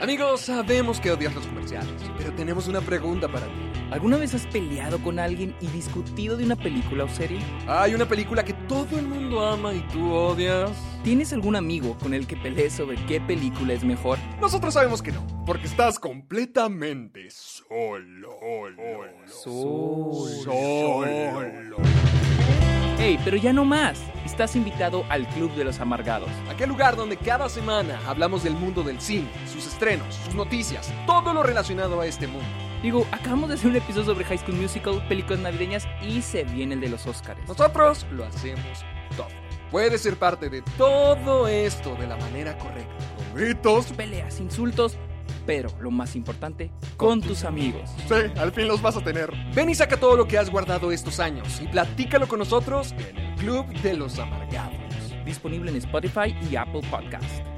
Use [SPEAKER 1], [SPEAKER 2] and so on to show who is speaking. [SPEAKER 1] Amigos, sabemos que odias los comerciales, pero tenemos una pregunta para ti.
[SPEAKER 2] ¿Alguna vez has peleado con alguien y discutido de una película o serie?
[SPEAKER 1] Hay una película que todo el mundo ama y tú odias.
[SPEAKER 2] ¿Tienes algún amigo con el que pelees sobre qué película es mejor?
[SPEAKER 1] Nosotros sabemos que no, porque estás completamente solo.
[SPEAKER 2] Solo.
[SPEAKER 1] Solo.
[SPEAKER 2] ¡Ey, pero ya no más! Estás invitado al Club de los Amargados.
[SPEAKER 1] Aquel lugar donde cada semana hablamos del mundo del cine, sus estrenos, sus noticias, todo lo relacionado a este mundo.
[SPEAKER 2] Digo, acabamos de hacer un episodio sobre High School Musical, películas navideñas y se viene el de los Oscars.
[SPEAKER 1] Nosotros lo hacemos todo. Puedes ser parte de todo esto de la manera correcta. Con gritos.
[SPEAKER 2] Peleas, insultos, pero lo más importante, con tus amigos.
[SPEAKER 1] Sí, al fin los vas a tener. Ven y saca todo lo que has guardado estos años y platícalo con nosotros en el Club de los Amargados.
[SPEAKER 2] Disponible en Spotify y Apple Podcast.